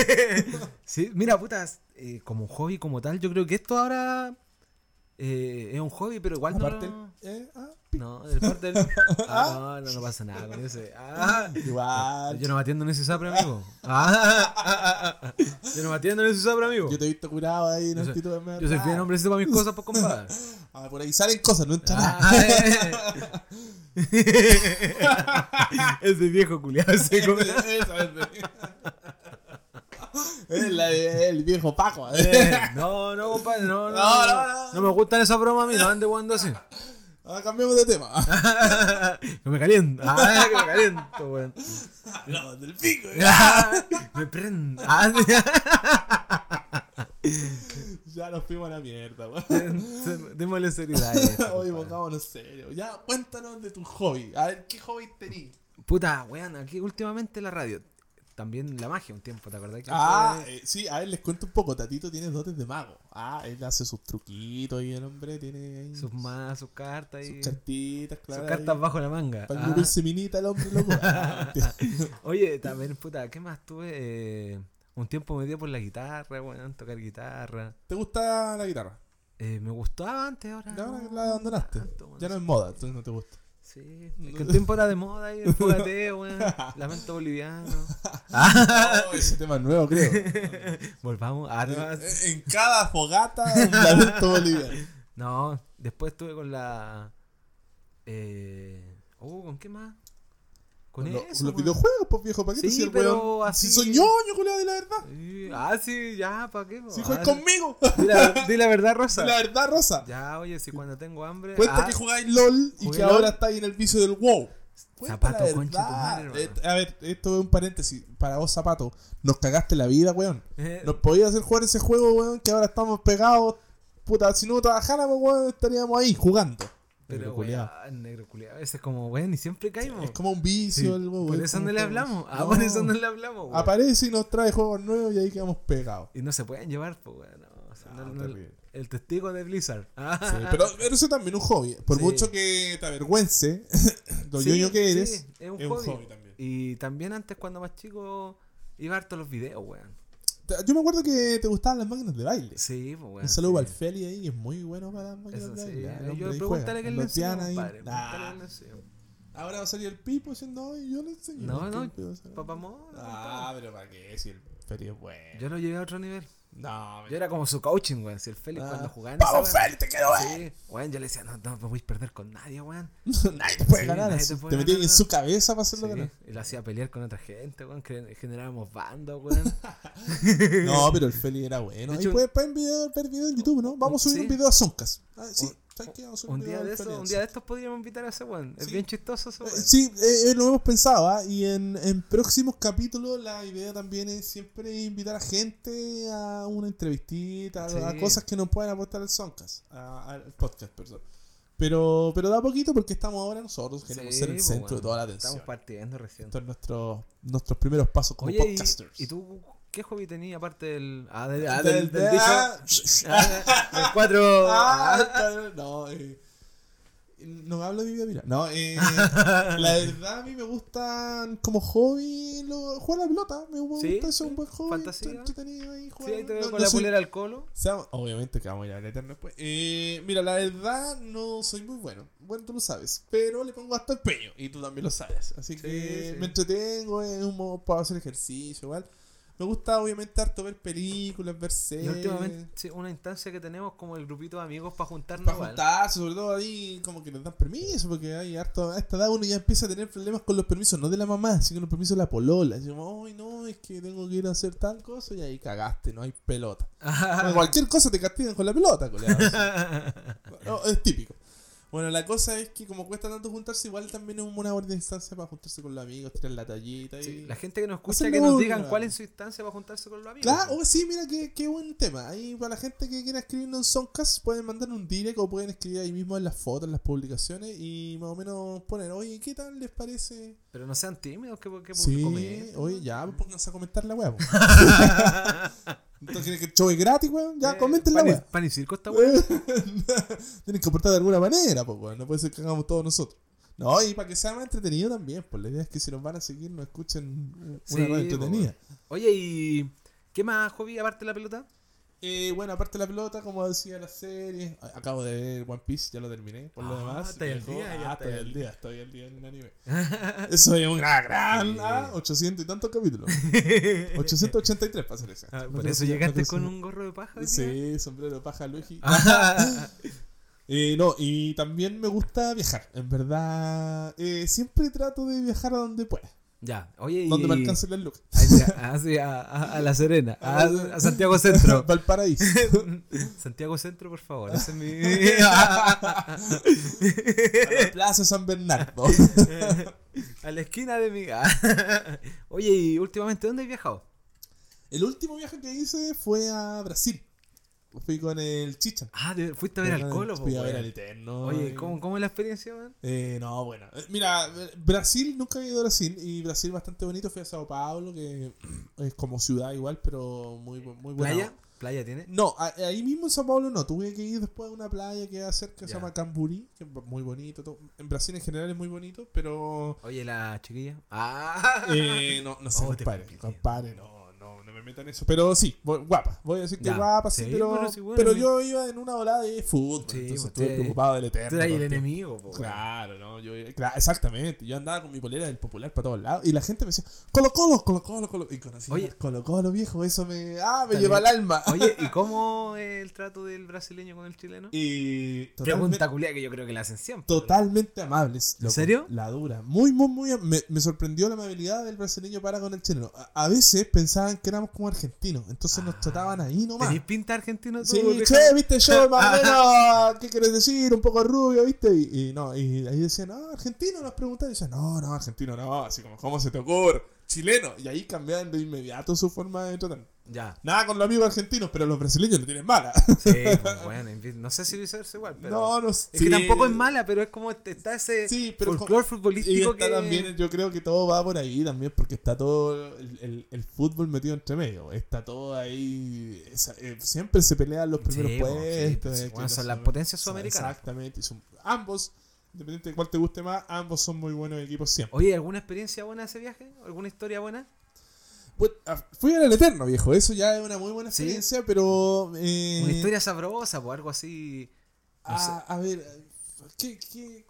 sí, mira, putas, eh, como hobby, como tal, yo creo que esto ahora eh, es un hobby, pero igual Aparte, no. eh, ah, No, de parte del- Ah, no, no pasa nada con ese. Ah, igual. yo no me atiendo en ese sapre, amigo. Ah, ah, ah, ah. yo no me atiendo en ese sapre, amigo. Yo te he visto curado ahí en Yo soy- actitud de merda. Yo soy bien hombrecito para mis cosas, pues, compadre. Ah, por ahí salen cosas, no entra nada. Ah, eh. Ese viejo culiado se come. Esa es de- Es la de- el viejo Paco. Eh, No, no, compadre, no, no. No, No, no, no. No me gustan esas bromas a mí, no ande jugando así. Ah, cambiemos de tema. Que me caliento. Ah, que me caliento, weón. Hablamos del pico. eh. Ah, Me prendo. Ah, Ya nos fuimos a la mierda. weón. Démosle seriedad. a esto, Oye, compadre. pongámonos serio. Ya, cuéntanos de tu hobby. A ver, ¿qué hobby tenés? Puta, weón, aquí últimamente la radio. También la magia un tiempo, ¿te acordás? que Ah, antes- eh, sí, a ver, les cuento un poco. Tatito tiene dotes de mago. Ah, él hace sus truquitos y el hombre tiene ahí Sus más, sus cartas y. sus Sus cartitas, claro. cartas bajo la manga. Para Ah. incluirse minita el hombre, loco. Ah, Oye, también, puta, ¿qué más tuve? Eh, un tiempo me dio por la guitarra, weón, tocar guitarra. ¿Te gusta la guitarra? Eh, me gustaba antes, ahora. Ya ahora no, que la abandonaste. Ah, tanto, weón, Ya no sí. es moda, entonces no te gusta. Sí, es que el tiempo era de moda y el fogateo, weón. Lamento boliviano. Oh, ese tema es nuevo, creo. Volvamos ah, a armas. en cada fogata, un lamento boliviano. No, después estuve con la. Eh... Oh, ¿con qué más? Con Con lo- eso. los weón. videojuegos, pues viejo, ¿para qué Sí, te sirve, pero weón? así- Si soy ñoño, Julián, de la verdad. Sí, Ah, sí, ya, ¿para qué? po? Si Ah, juegas conmigo. Di la, di la verdad, Rosa. La verdad, Rosa. Ya, oye, si cuando tengo hambre. Cuenta Ah, que jugáis LOL y jugué que LOL. ahora estáis en el vicio del WoW. Cuenta Zapato, la concha tu madre, verdad. hermano. Eh, a ver, esto es un paréntesis. Para vos, Zapato, nos cagaste la vida, weón. eh, Nos podías hacer jugar ese juego, weón, que ahora estamos pegados. Puta, si no trabajáramos, weón, estaríamos ahí jugando. Pero, Negro culiao. weón, negro culiado. Ese es como, weón, y siempre caímos. Es como un vicio el WoW. por es eso como no le que- hablamos. Ah, No. por eso no le hablamos, weón. Aparece y nos trae juegos nuevos y ahí quedamos pegados. Y no se pueden llevar, pues, weón. no, o sea, No, no- no- Ah, terrible. el testigo de Blizzard. Ah, Sí, pero, pero eso también es un hobby. Por Sí. mucho que te avergüence, lo sí, ñoño que sí, eres, es un, es hobby. también. Y también antes, cuando más chico, iba harto a los videos, weón. Yo me acuerdo que te gustaban las máquinas de baile. Sí, pues, weón. Un saludo al sí. Feli ahí, que es muy bueno para las máquinas Eso de sí. eh, baile. El hombre Yo ahí pregúntale juega, que le los enseñó, pianos ahí. Ah. compadre. Nah. Pregúntale que le enseñó. Ahora va a salir el Pipo diciendo, ay, yo le enseñé. No, ¿Qué no, pido hacer? Papá Mo, Ah, pero ¿para qué? Si el Feli es bueno. Yo lo llevé a otro nivel. No, Yo era como su coaching, weón. Si el Félix Ah. cuando jugaba en ¡Vamos, esa weá- Feli, te quiero ver! Sí, weón, yo le decía, no, no, no voy a perder con nadie, weón. nadie te puede Sí, ganar. nadie así. te Te, puede metías ganar. en su cabeza para Sí, hacerlo ganar. y lo hacía pelear con otra gente, weón. cre- Generábamos bandos, weón. No, pero el Feli era bueno. De Ahí hecho, pueden, pueden video- ver video en YouTube, ¿no? Vamos a subir sí. un video a Soncas. Ah, sí, Un- ¿sabes qué? Vamos a subir un video día de al estos, Feli a un día de estos podríamos invitar a ese weón. Es Sí. bien chistoso ese Eh, weón. Sí, eh, eh, lo hemos pensado, ¿ah? y en, en próximos capítulos la idea también es siempre invitar a gente a una entrevistita, a- Sí. a cosas que nos puedan aportar al Soncast, a- al podcast, perdón. Pero, pero da poquito porque estamos ahora nosotros, queremos Sí, ser el pues, centro weón. de toda la atención. Estamos partiendo recién. Estos son nuestros, nuestros primeros pasos como Oye, y- podcasters. y, tú qué hobby tenías aparte del. Ah, del. Ah, Ah, del. del, de- dicho- ah, ah, del cuatro. ah, ah. ah, no, eh, no hablo de mi vida, mira. No, eh, la verdad a mí me gustan como hobby lo- jugar a la pelota. Me gusta Sí, eso, es sí. un buen hobby. Fantasía. estoy entretenido ahí Sí, ahí jugando. te veo No- con no la soy- pulera al colo. o sea, obviamente que vamos a ir a hablar después. Eh, mira, la verdad no soy muy bueno. Bueno, tú lo sabes. Pero le pongo hasta empeño. Y tú también lo sabes. Así Sí, que sí. me entretengo, es un modo para hacer ejercicio, igual. Me gusta obviamente harto ver películas, ver Y series. últimamente, sí, una instancia que tenemos como el grupito de amigos para juntarnos. Para igual. juntarse, sobre todo ahí, como que nos dan permiso, porque hay harto. A esta edad uno ya empieza a tener problemas con los permisos, no de la mamá, sino con los permisos de la polola. Así como, ay, no, es que tengo que ir a hacer tal cosa, y ahí cagaste, no hay pelota. Bueno, cualquier cosa te castigan con la pelota, colega. No, es típico. Bueno, la cosa es que como cuesta tanto juntarse, igual también es una buena instancia para juntarse con los amigos, tirar la tallita y... Sí, la gente que nos escucha Hacerlo que nos uno, digan weón. cuál es su instancia para juntarse con los amigos. Claro, oh, sí, mira qué, qué buen tema. Ahí para la gente que quiera escribirnos en Soundcast pueden mandar un direct o pueden escribir ahí mismo en las fotos, en las publicaciones y más o menos poner, oye, ¿qué tal les parece? Pero no sean tímidos que, que Sí, comenten, oye, ¿no? ya, pues pónganse a comentar la weá. po. Entonces quieren que el show es gratis, weón. Ya, Eh, comenten la pan y- weá. Pan y circo está bueno. Tienen que comportar de alguna manera, po, weón. No puede ser que hagamos todos nosotros. No, y para que sea más entretenido también, pues la idea es que si nos van a seguir nos escuchen una Sí, radio po, entretenida. Oye, ¿y qué más hobby aparte de la pelota? Eh, bueno, aparte de la pelota, como decía la serie, a- acabo de ver One Piece, ya lo terminé. Por lo Ah, demás, está al viejo, día, ya ah, está estoy al al día, estoy al día en el anime. Eso es una gran. Sí. ah, 800 y tantos capítulos. 883 para ser exacto. Ah, No por te eso preocupes, llegaste no te con preocupes. un gorro de paja. hoy día? Sí, sombrero de paja, Luigi. Ah, Eh, no, y también me gusta viajar. En verdad, eh, siempre trato de viajar a donde pueda, ya, oye, y. donde me alcance el look. Ay, ya, ah, sí, a, a- a La Serena, a, a Santiago Centro. Valparaíso. Santiago Centro, por favor. Ese es a la Plaza San Bernardo. mi. a la esquina de mi. Oye, y últimamente, ¿dónde has viajado? El último viaje que hice fue a Brasil. Fui con el Chichan. Ah, de- fuiste a ver al Colo, po, Fui a ver weón. al Eterno. Oye, ¿cómo, ¿cómo es la experiencia, weón? Eh, no, bueno. Eh, Mira, eh, Brasil, nunca he ido a Brasil. Y Brasil bastante bonito. Fui a Sao Paulo, que es como ciudad igual, pero muy, bu- muy buena. ¿Playa? ¿Playa tiene? No, a- ahí mismo en Sao Paulo no. Tuve que ir después a una playa que queda cerca, se Ya. llama Camburi, que es muy bonito. todo. En Brasil en general es muy bonito, pero... Oye, la chiquilla. Ah, Eh, no, no sé, Oh, te compadre. compliqué. Compadre, no, no, no me metan eso. Pero sí, voy- guapa. Voy a decir que Ya. guapa, sí, Sí, pero, bueno, sí, bueno, pero mi- yo iba en una ola de fútbol. Sí, entonces pues, estuve te- preocupado del eterno. tú eras el todo el tiempo. enemigo, po, weón. Claro, no, yo, eh, cla- exactamente. Yo andaba con mi polera del popular para todos lados y la gente me decía, Colo Colo, Colo Colo, Colo. Y conocí Oye. Colo Colo viejo, eso me, ah, me También. lleva al alma. Oye, ¿y cómo es el trato del brasileño con el chileno? Y totalmente, Pregunta culia que yo creo que la hacen siempre. totalmente amables. ¿En loco. serio? La dura. Muy, muy, muy. am- Me, me sorprendió la amabilidad del brasileño para con el chileno. A, a veces pensaban que éramos como argentinos, entonces nos Ah. trataban ahí nomás. ¿Tenís pinta de argentino tú? Sí, vieja? che, viste, yo más o menos, ¿qué querés decir? Un poco rubio, viste. Y, y no, y ahí decían, no, argentino, nos preguntaban. Y decían, no, no, argentino, no, así como, ¿cómo se te ocurre? Chileno. Y ahí cambiaban de inmediato su forma de tratar. Ya. Nada con los amigos argentinos, pero los brasileños le tienen mala. Sí, pues, bueno, en fin, no sé si viceversa igual, pero. no, no es que tampoco es mala, pero es como este- está ese Sí, pero es como- folclore Y futbolístico está que. también, yo creo que todo va por ahí también, porque está todo el, el- el fútbol metido entre medio. Está todo ahí. esa- eh, siempre se pelean los primeros Sí, po, sí, puestos. pues, eh, que bueno, los son las sudamer- potencias o sea, sudamericanas, po. Exactamente. y son- ambos, independiente de cuál te guste más, ambos son muy buenos equipos siempre. Oye, ¿alguna experiencia buena de ese viaje? ¿Alguna historia buena? Pues, ah, Fui al Eterno, viejo. Eso ya es una muy buena Sí. experiencia, pero. eh, Una historia sabrosa, o algo así. no a, a ver, ¿qué, qué,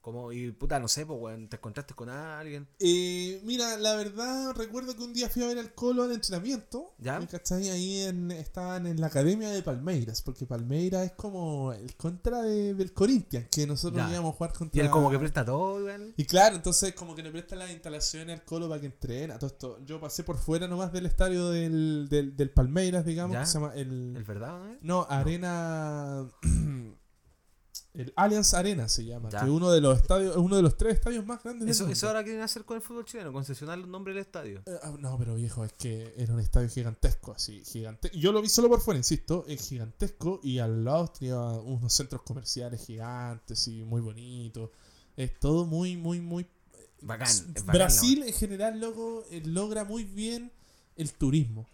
Como, y puta, no sé, pues, weón, te encontraste con alguien. Eh, mira, la verdad, recuerdo que un día fui a ver al Colo al entrenamiento. ¿Ya? ¿me ¿Cachai? Ahí en- estaban en la academia de Palmeiras, porque Palmeiras es como el contra de- del Corinthians, que nosotros Ya. íbamos a jugar contra. Y él como que presta todo, weón. Y claro, entonces como que le prestan las instalaciones al Colo para que entrena. Todo esto. Yo pasé por fuera nomás del estadio del, del, del Palmeiras, digamos, ¿Ya? que se llama el. ¿Es verdad, no? No, Arena. el Allianz Arena se llama, Ya. que es uno de los estadios, uno de los tres estadios más grandes Eso, del eso mundo. ahora quieren hacer con el fútbol chileno, concesionar los nombres del estadio. Eh, ah, No, pero viejo, es que era un estadio gigantesco, así, gigante. Yo lo vi solo por fuera, insisto, es gigantesco y al lado tenía unos centros comerciales gigantes y muy bonitos. Es todo muy, muy, muy... Bacán. es bacán la Brasil en general loco, eh, logra muy bien el turismo,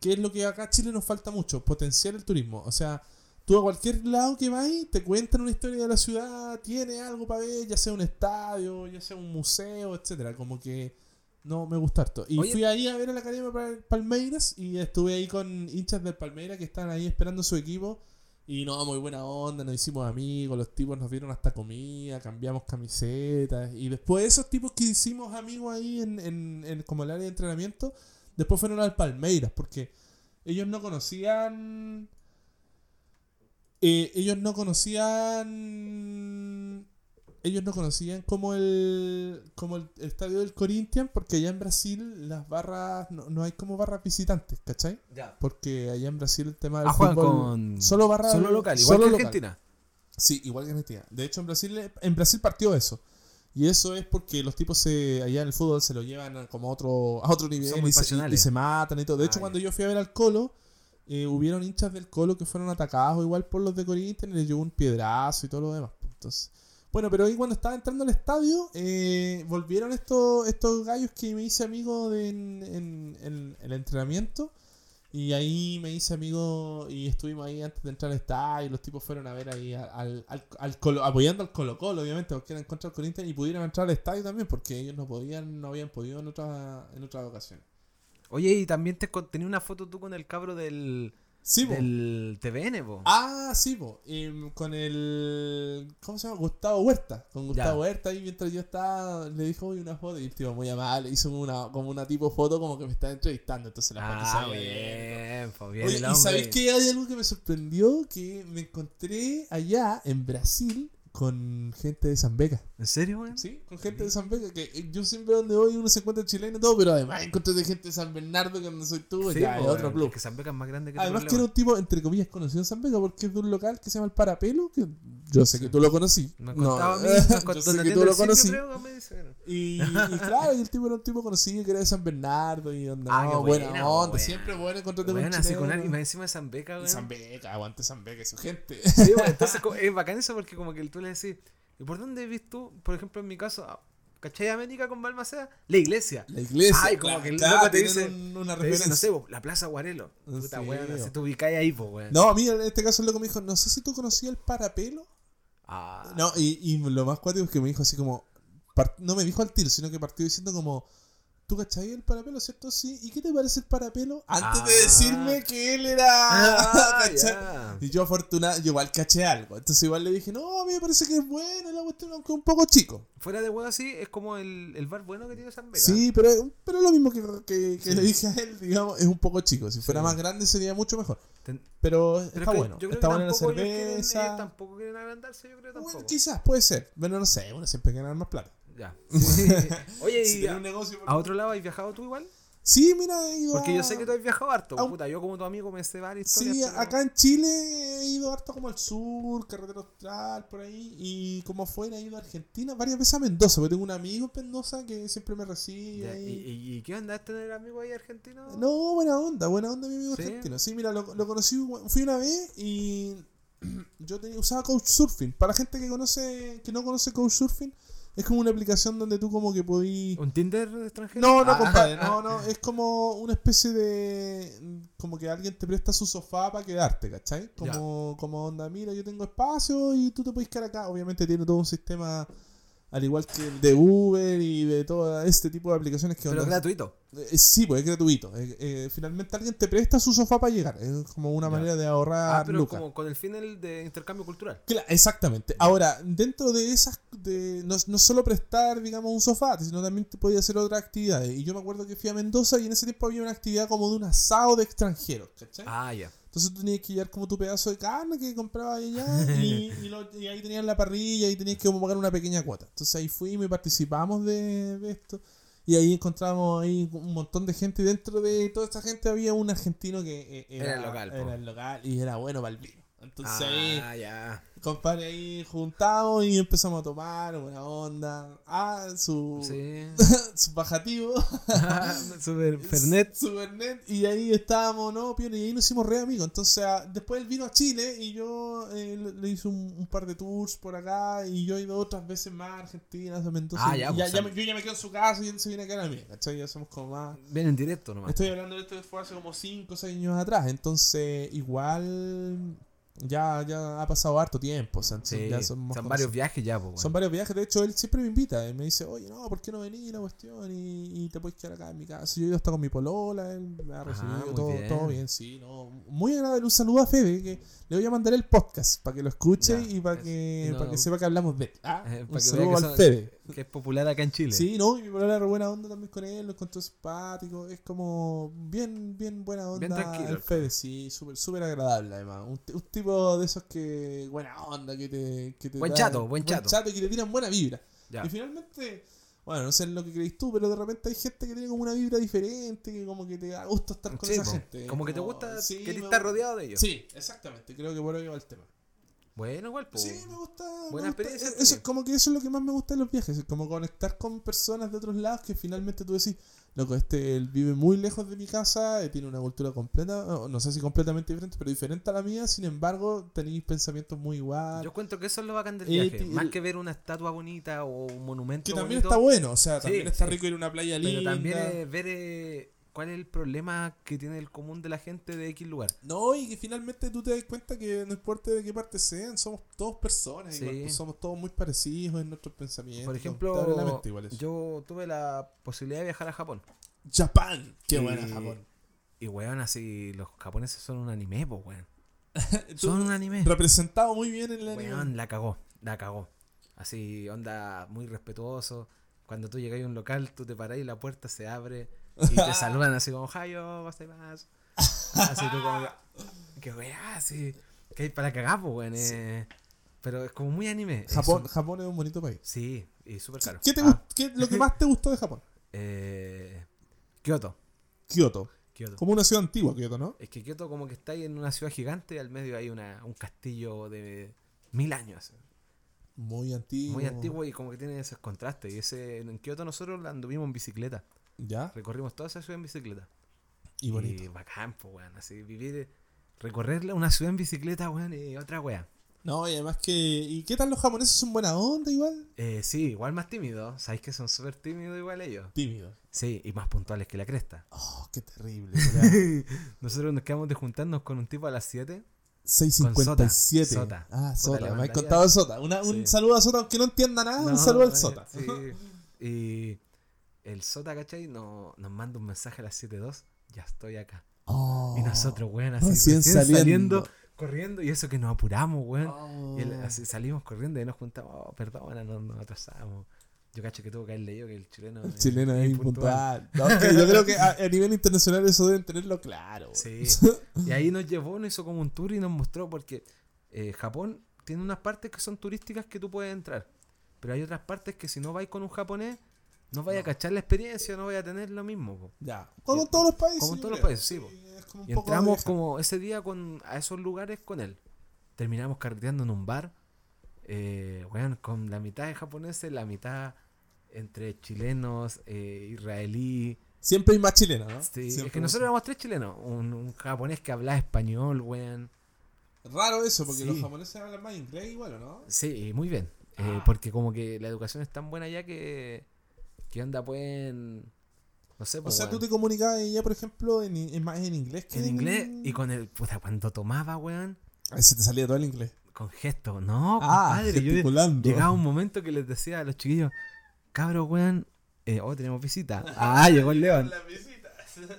que es lo que acá en Chile nos falta mucho, potenciar el turismo. O sea, tú a cualquier lado que vas, te cuentan una historia de la ciudad, tiene algo para ver, ya sea un estadio, ya sea un museo, etcétera Como que... No, me gusta harto. Y Oye. fui ahí a ver a la Academia Pal- Palmeiras y estuve ahí con hinchas del Palmeiras que están ahí esperando su equipo Y no, muy buena onda, nos hicimos amigos, los tipos nos dieron hasta comida, cambiamos camisetas. Y después esos tipos que hicimos amigos ahí en, en, en como el área de entrenamiento, después fueron al Palmeiras, porque ellos no conocían... eh, ellos no conocían... Ellos no conocían como el, como el, el estadio del Corinthians, porque allá en Brasil las barras, no, no hay como barras visitantes, ¿cachai? Ya. Porque allá en Brasil el tema del Ah, juegan fútbol con. solo barra solo local, igual solo que local. Argentina. Sí, igual que Argentina. De hecho en Brasil en Brasil partió eso. Y eso es porque los tipos se, allá en el fútbol se lo llevan a- como a otro, a otro nivel muy y se, y- pasionales. y se matan y todo. De hecho, Ah, cuando yo fui a ver al Colo, eh, hubieron hinchas del Colo que fueron atacados igual por los de Corinthians y les llegó un piedrazo y todo lo demás. pues, Entonces, bueno, pero hoy cuando estaba entrando al estadio, eh, volvieron estos, estos gallos que me hice amigo de- en, en- en el entrenamiento. Y ahí me hice amigo y estuvimos ahí antes de entrar al estadio. y Los tipos fueron a ver ahí al, al, al- al Colo- apoyando al Colo Colo, obviamente, porque eran contra el Corinthians y pudieron entrar al estadio también porque ellos no podían, no habían podido en otra, en otra ocasión. Oye, y también te con- tenía una foto tú con el cabro del, Sí, pues. po. del TVN, po. Ah, sí, po. Em, con el. ¿Cómo se llama? Gustavo Huerta. Con Gustavo Ya. Huerta, ahí mientras yo estaba, le dijo "Oye, una foto. Y el tipo muy amable hizo una, como una tipo foto como que me estaba entrevistando. Entonces la foto Ah, salía bien. bien, po, bien Oye, el y hombre. sabéis que hay algo que me sorprendió: que me encontré allá en Brasil con gente de Zambeca. ¿En serio, weón? Sí, con gente de San Vega, que eh, yo siempre donde voy uno se encuentra chileno y todo, pero además encontré de gente de San Bernardo que no soy tú, Sí, ya, po, eh, es weón, otro plus. es Que San Beca es más grande que tu Además que era problema. un tipo, entre comillas, conocido en San Vega porque es de un local que se llama El Parapelo, que yo sé que tú lo conocí. Nos No, contaba a mí, yo nos contó sé que Natalia tú lo Silvio, conocí. creo que me dice, bueno. Y, y claro, y el tipo era un tipo conocido que era de San Bernardo y onda, Ah, qué no, buena, buena, onda, buena. siempre bueno encontrarte con Weón, así con alguien, más chileno. encima de San Beca, Y weón. San Vega, aguante San Vega y su gente. Sí, bueno, entonces como- es bacán eso porque como que tú le decís, ¿y por dónde ves tú? Por ejemplo, en mi caso, ah, ¿cachai América con Balmaceda? La iglesia. La iglesia. Ay, como claro, que el claro, loco te tienen dice- un- una Te dicen, referencia. no sé, po, la Plaza Guarelo. Puta Sí, weón, po. así te ubicáis ahí, po, weón. No, a mí en este caso el loco me dijo, no sé si tú conocías el parapelo. Ah, No, y, y lo más cuático es que me dijo así como, par- no me dijo al tiro, sino que partió diciendo como, ¿tú cachai el parapelo, cierto? Sí, ¿y qué te parece el parapelo? Antes de Ah. decirme que él era... Ah, ¿cachai? ya. Y yo afortunado, yo igual caché algo. Entonces igual le dije, no, a mí me parece que es bueno, la cuestión aunque un poco chico. Fuera de huevo así, es como el, el bar bueno que tiene San Vega. Sí, pero, pero lo mismo que, que- que Sí. le dije a él, digamos, es un poco chico. Si fuera Sí. más grande sería mucho mejor. Ten- Pero, pero es está que bueno. yo creo Está que buena la tampoco ellos quieren, eh, cerveza. tampoco quieren agrandarse, yo creo Bueno, tampoco. quizás, puede ser. Bueno, no sé, uno siempre quiere ganar más plata. Ya. Sí. Oye, y Si tiene a, un negocio, por- a otro lado has viajado tú igual? Sí, mira, he ido Porque a- yo sé que tú has viajado harto. a un- Puta, yo como tu amigo me sé varias historias. Sí, pero- acá en Chile he ido harto como al sur, carretera austral, por ahí. Y como afuera he ido a Argentina, varias veces a Mendoza, porque tengo un amigo en Mendoza que siempre me recibe. Ya, ¿Y, ahí. y- y qué onda es tener amigo ahí argentino? No, buena onda, buena onda mi amigo Sí. argentino. Sí, mira, lo, lo conocí, fui una vez y yo tenía, usaba Couchsurfing. Para la gente que conoce, que no conoce Couchsurfing, es como una aplicación donde tú como que podís... ¿Un Tinder extranjero? No, no, Ah, compadre, ah, no, no, es como una especie de... mm, Como que alguien te presta su sofá para quedarte, ¿cachai? Como, como onda, mira, yo tengo espacio y tú te puedes quedar acá. Obviamente tiene todo un sistema, al igual que el de Uber y de todo este tipo de aplicaciones que... Pero onda- gratuito. eh, sí, pues es gratuito. Eh, eh, finalmente alguien te presta su sofá para llegar. Es como una Ya. manera de ahorrar Ah, pero lucas. como con el fin del- de intercambio cultural. Cla- exactamente. Ahora, dentro de esas, de, no, no es solo prestar, digamos, un sofá, sino también te podía hacer otras actividades. Y yo me acuerdo que fui a Mendoza y en ese tiempo había una actividad como de un asado de extranjeros, ¿cachai? Ah, ya. Entonces tú tenías que llevar como tu pedazo de carne que comprabas allá y, y lo- y ahí tenías la parrilla y tenías que como pagar una pequeña cuota. Entonces ahí fuimos y participamos de, de esto. Y ahí encontramos ahí un montón de gente. Y dentro de toda esta gente había un argentino que eh, era, Era el local, po. era el local y era bueno para el vino. Entonces ahí, Ah, ya. compadre, ahí juntamos y empezamos a tomar, buena onda. Ah, Uh. su, Sí. su bajativo. Super Fernet. Supernet. Y ahí estábamos, ¿no? Piola, y ahí nos hicimos re amigos. Entonces, ah, después él vino a Chile y yo eh, le le hice un, un par de tours por acá. Y yo he ido otras veces más a Argentina, a Mendoza. Ah, y ya, pues, me- yo ya me quedo en su casa y él se viene acá a la mía, ¿cachai? Ya somos como más. Ven en directo nomás. Estoy hablando de esto que fue hace como 5 o 6 años atrás. Entonces, igual. Ya, ya ha pasado harto tiempo. o sea, Sí, ya son, más varios conocidos. viajes ya, pues. Son varios viajes, de hecho él siempre me invita, él me dice, oye, no, ¿por qué no venís la cuestión? Y, y te puedes quedar acá en mi casa. Yo he ido hasta con mi polola, él me ha recibido, Ah, muy todo, bien. todo bien, sí, no. Muy agradable, un saludo a Fede, que le voy a mandar el podcast para que lo escuche Ya, y para es- que, no. para que sepa que hablamos de él. Ah, Eh, un para que vea saludo que al son- Fede. Que es popular acá en Chile. Sí, no, y mi polola era buena onda también con él, lo encontró simpático, es como bien, bien buena onda. Bien tranquilo, El el Fede, sí, súper, súper agradable además. Un, t- un tipo de esos que buena onda, que te, que te Buen da- chato, buen chato. chato y que te tiran buena vibra. Ya. Y finalmente, bueno, no sé lo que crees tú, pero de repente hay gente que tiene como una vibra diferente, que como que te da gusto estar con Sí, esa po. gente. Como que te gusta sí, que te me estás gusta. rodeado de ellos. Sí, exactamente, creo que por ahí va el tema. Bueno, igual, pues. Sí, me gusta. me Buena gusta. experiencia Eh, Eso, también. como que eso es lo que más me gusta de los viajes. es Como conectar con personas de otros lados que finalmente tú decís, loco, este él vive muy lejos de mi casa, eh, tiene una cultura completa, no, no sé si completamente diferente, pero diferente a la mía. Sin embargo, tenéis pensamientos muy igual. Yo cuento que eso es lo bacán del Eh, viaje. ti- Más que ver una estatua bonita o un monumento Que también bonito, está bueno, o sea, también Sí, está sí. rico ir a una playa linda. Pero también eh, ver eh, cuál es el problema que tiene el común de la gente de X lugar. No, y que finalmente tú te das cuenta que no importa de qué parte sean, somos todos personas, Sí. igual, pues, somos todos muy parecidos en nuestros pensamientos. Por te abre la ejemplo, mente igual eso. yo tuve la posibilidad de viajar a Japón. Japón, qué Y- buena Japón. Y weón, así los japoneses son un anime, pues weón. Tú- Son un anime. representado muy bien en el anime. Weón, la cagó, la cagó. Así, onda muy respetuoso. Cuando tú llegas a un local, tú te parás y la puerta se abre y te saludan así como, Jayo, vas más. Así tú como que, que weá, así, que hay para cagar, pues, weón. eh. Pero es como muy anime. Es Japón, un- Japón es un bonito país. sí, y súper caro. ¿Qué te Ah, gust- qué- lo que más te gustó de Japón? eh, Kioto. Kioto. Kioto. Como una ciudad antigua, Kioto, ¿no? Es que Kioto como que está ahí en una ciudad gigante y al medio hay una, un castillo de mil años. Muy antiguo. Muy antiguo y como que tiene esos contrastes. Y ese, en Kioto nosotros la anduvimos en bicicleta. Ya. Recorrimos toda esa ciudad en bicicleta. Y bonito. bacán, po, weón. Así vivir, recorrer una ciudad en bicicleta, weón, y otra weá. No, y además que. ¿Y qué tal los japoneses son buena onda igual? Eh, sí, igual más tímidos. Sabéis que son súper tímidos igual ellos. Tímidos. Sí, y más puntuales que la cresta. Oh, qué terrible. ya. Nosotros nos quedamos de juntarnos con un tipo a las 7. 657. Sota. Ah, Sota Sota. le Me has mandaría. contado de Sota. Una- Un Sí. saludo a Sota, aunque no entienda nada. Ah, un saludo al Sota. Sí. Y el Sota, ¿cachai? No, nos manda un mensaje a las 7.2. Ya estoy acá. Oh. Y nosotros, weón, así recién recién, saliendo. saliendo. corriendo. Y eso que nos apuramos, weón. Oh. Y el- así salimos corriendo y nos juntamos. Oh, perdón, nos, nos atrasamos. Yo cacho que tuvo que haberle yo que el chileno. El es chileno es impuntual. impuntual. No, es que yo creo que a, a nivel internacional eso deben tenerlo claro. Sí. Y ahí nos llevó, nos hizo como un tour y nos mostró porque eh, Japón tiene unas partes que son turísticas que tú puedes entrar. Pero hay otras partes que si no vais con un japonés, no vais a cachar la experiencia, no vais a tener lo mismo. po. Ya. Como en Y- todos los países. como en yo todos los creo. países, sí, po. es como un Y poco de entramos viaje. como ese día con, a esos lugares con él. Terminamos carreteando en un bar. Eh, weón, con la mitad de japoneses, la mitad entre chilenos, eh, israelí. Siempre hay más chilenos, ¿no? Sí, Siempre es que hay más nosotros éramos tres chilenos. Un, un japonés que hablaba español, weón. chilenos. Raro eso, porque Sí. los japoneses hablan más inglés igual, ¿o no? Sí, muy bien. Eh, Ah. Porque como que la educación es tan buena ya que... ¿Qué onda? Pueden... No sé, O pues, sea, tú weón, te comunicabas ya, por ejemplo, en, en más en inglés que en inglés y con el... Puta, cuando tomaba, weón, Ahí se te salía todo el inglés. con gestos. No, Ah, compadre, yo- gesticulando. Llegaba un momento que les decía a los chiquillos, cabros, weón, eh, oh, tenemos visita. Ah, llegó el león. Las visitas.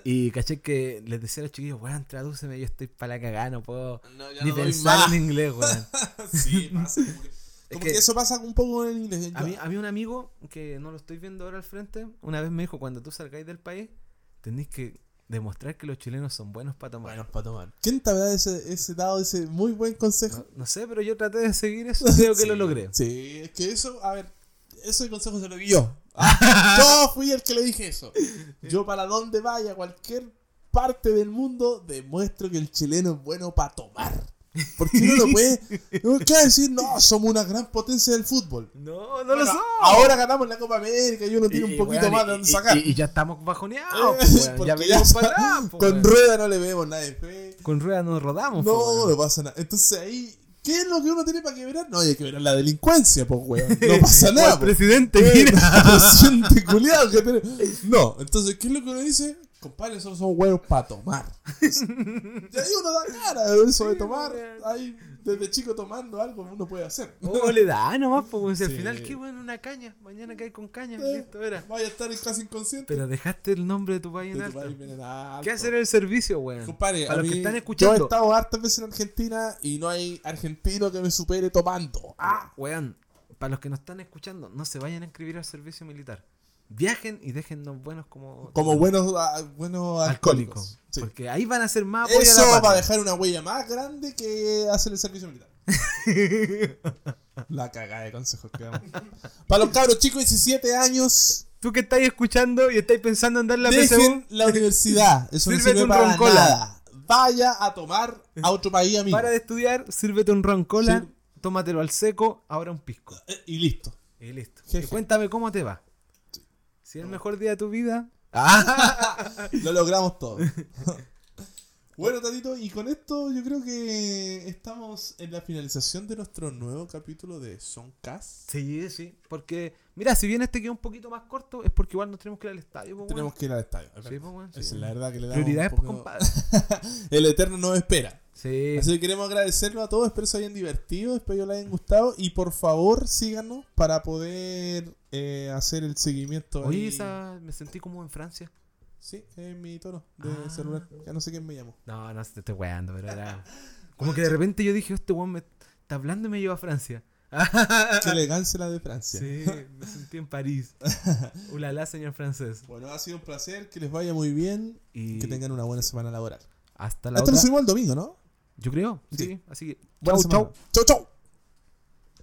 Y caché que les decía a los chiquillos, weón, tradúceme, yo estoy para la cagada, no puedo No, ya ni no doy pensar más. en inglés, weón. sí, pasa. Como, que, como que que- eso pasa un poco en inglés. A mí, a mí un amigo, que no lo estoy viendo ahora al frente, una vez me dijo, cuando tú salgáis del país, tenéis que demostrar que los chilenos son buenos para tomar. Bueno, para tomar. ¿Quién te habrá ese, ese dado ese muy buen consejo? No, no sé, pero yo traté de seguir eso y creo que Sí, lo logré. Sí, es que eso, a ver, ese consejo se lo di yo. Ah, yo fui el que le dije eso. Yo para donde vaya, cualquier parte del mundo, demuestro que el chileno es bueno para tomar. Porque uno no puede, no puede decir, no, somos una gran potencia del fútbol. No, no lo Bueno, son. Ahora ganamos la Copa América Ah, y uno tiene un Y, poquito weón, más y- de dónde y- sacar. Y, y ya estamos bajoneados, Eh, pues, weón, porque ya venimos ya para atrás. pues, Con weón. rueda no le vemos nada de fe. Con rueda nos rodamos. po, No, weón. no pasa nada. Entonces ahí, ¿qué es lo que uno tiene para quebrar? No, hay que quebrar la delincuencia, pues, weón. No pasa O nada. el po. presidente, Eh, mira. presidente culiao que tiene- No, entonces, ¿qué es lo que uno dice? Compadre, nosotros somos huevos para tomar. y ahí uno da cara eso de tomar. Ahí, desde chico tomando algo, uno puede hacer. Oh, le da nomás, pues, weón, si Sí. al final, qué bueno, una caña. Mañana cae con caña, Eh, listo, era. Vaya a estar casi inconsciente. Pero dejaste el nombre de tu país en de tu alto. país viene alto. ¿Qué hacer el servicio, weón? Compadre, Para a los que mí- están Yo he escuchando, estado hartas veces en Argentina y no hay argentino que me supere tomando. Ah, weón, para los que nos están escuchando, no se vayan a inscribir al servicio militar. Viajen y déjennos buenos como. como buenos, ah, buenos alcohólicos. alcohólicos. Sí. Porque ahí van a ser más apoyo Eso a la va a patria. dejar una huella más grande que hacer el servicio militar. La cagada de consejos que damos. Para los cabros chicos de 17 años, Tú que estáis escuchando y estáis pensando en dar la PSU, dejen la universidad. Eso no Sírvete sirve un para roncola. nada. Vaya a tomar a otro país, amigo. para de estudiar, sírvete un roncola, Sí. tómatelo al seco, ahora un pisco. Eh, Y listo. Y listo. Y Jeje. cuéntame cómo te va. Si es el mejor día de tu vida, Lo logramos todo. bueno, Tatito, y con esto yo creo que estamos en la finalización de nuestro nuevo capítulo de Soncast. Sí, sí. Porque, mira, si bien este queda un poquito más corto, es porque igual nos tenemos que ir al estadio. po, Tenemos weón. que ir al estadio. es Sí, verdad. po, weón, sí. Esa es la verdad que le damos. un Prioridades, pues, poco- compadre. El Eterno nos espera. Sí. Así que queremos agradecerlo a todos. Espero se hayan divertido, espero que les hayan gustado. Y por favor, síganos para poder eh, hacer el seguimiento. ahí. Oye, esa, me sentí como en Francia. Sí, en mi tono de Ah. celular. Ya no sé quién me llamó. No, no, te estoy weando, pero era. Como que de repente yo dije, este weón me está hablando y me lleva a Francia. Qué elegancia la de Francia. sí, me sentí en París. Ulala, señor francés. Bueno, ha sido un placer. Que les vaya muy bien. Y Que tengan una buena semana laboral. hasta la Esto lo otra. subimos el domingo, ¿no? Yo creo, Sí. sí. Así que, Buena chau, semana. Chau, chau. chau.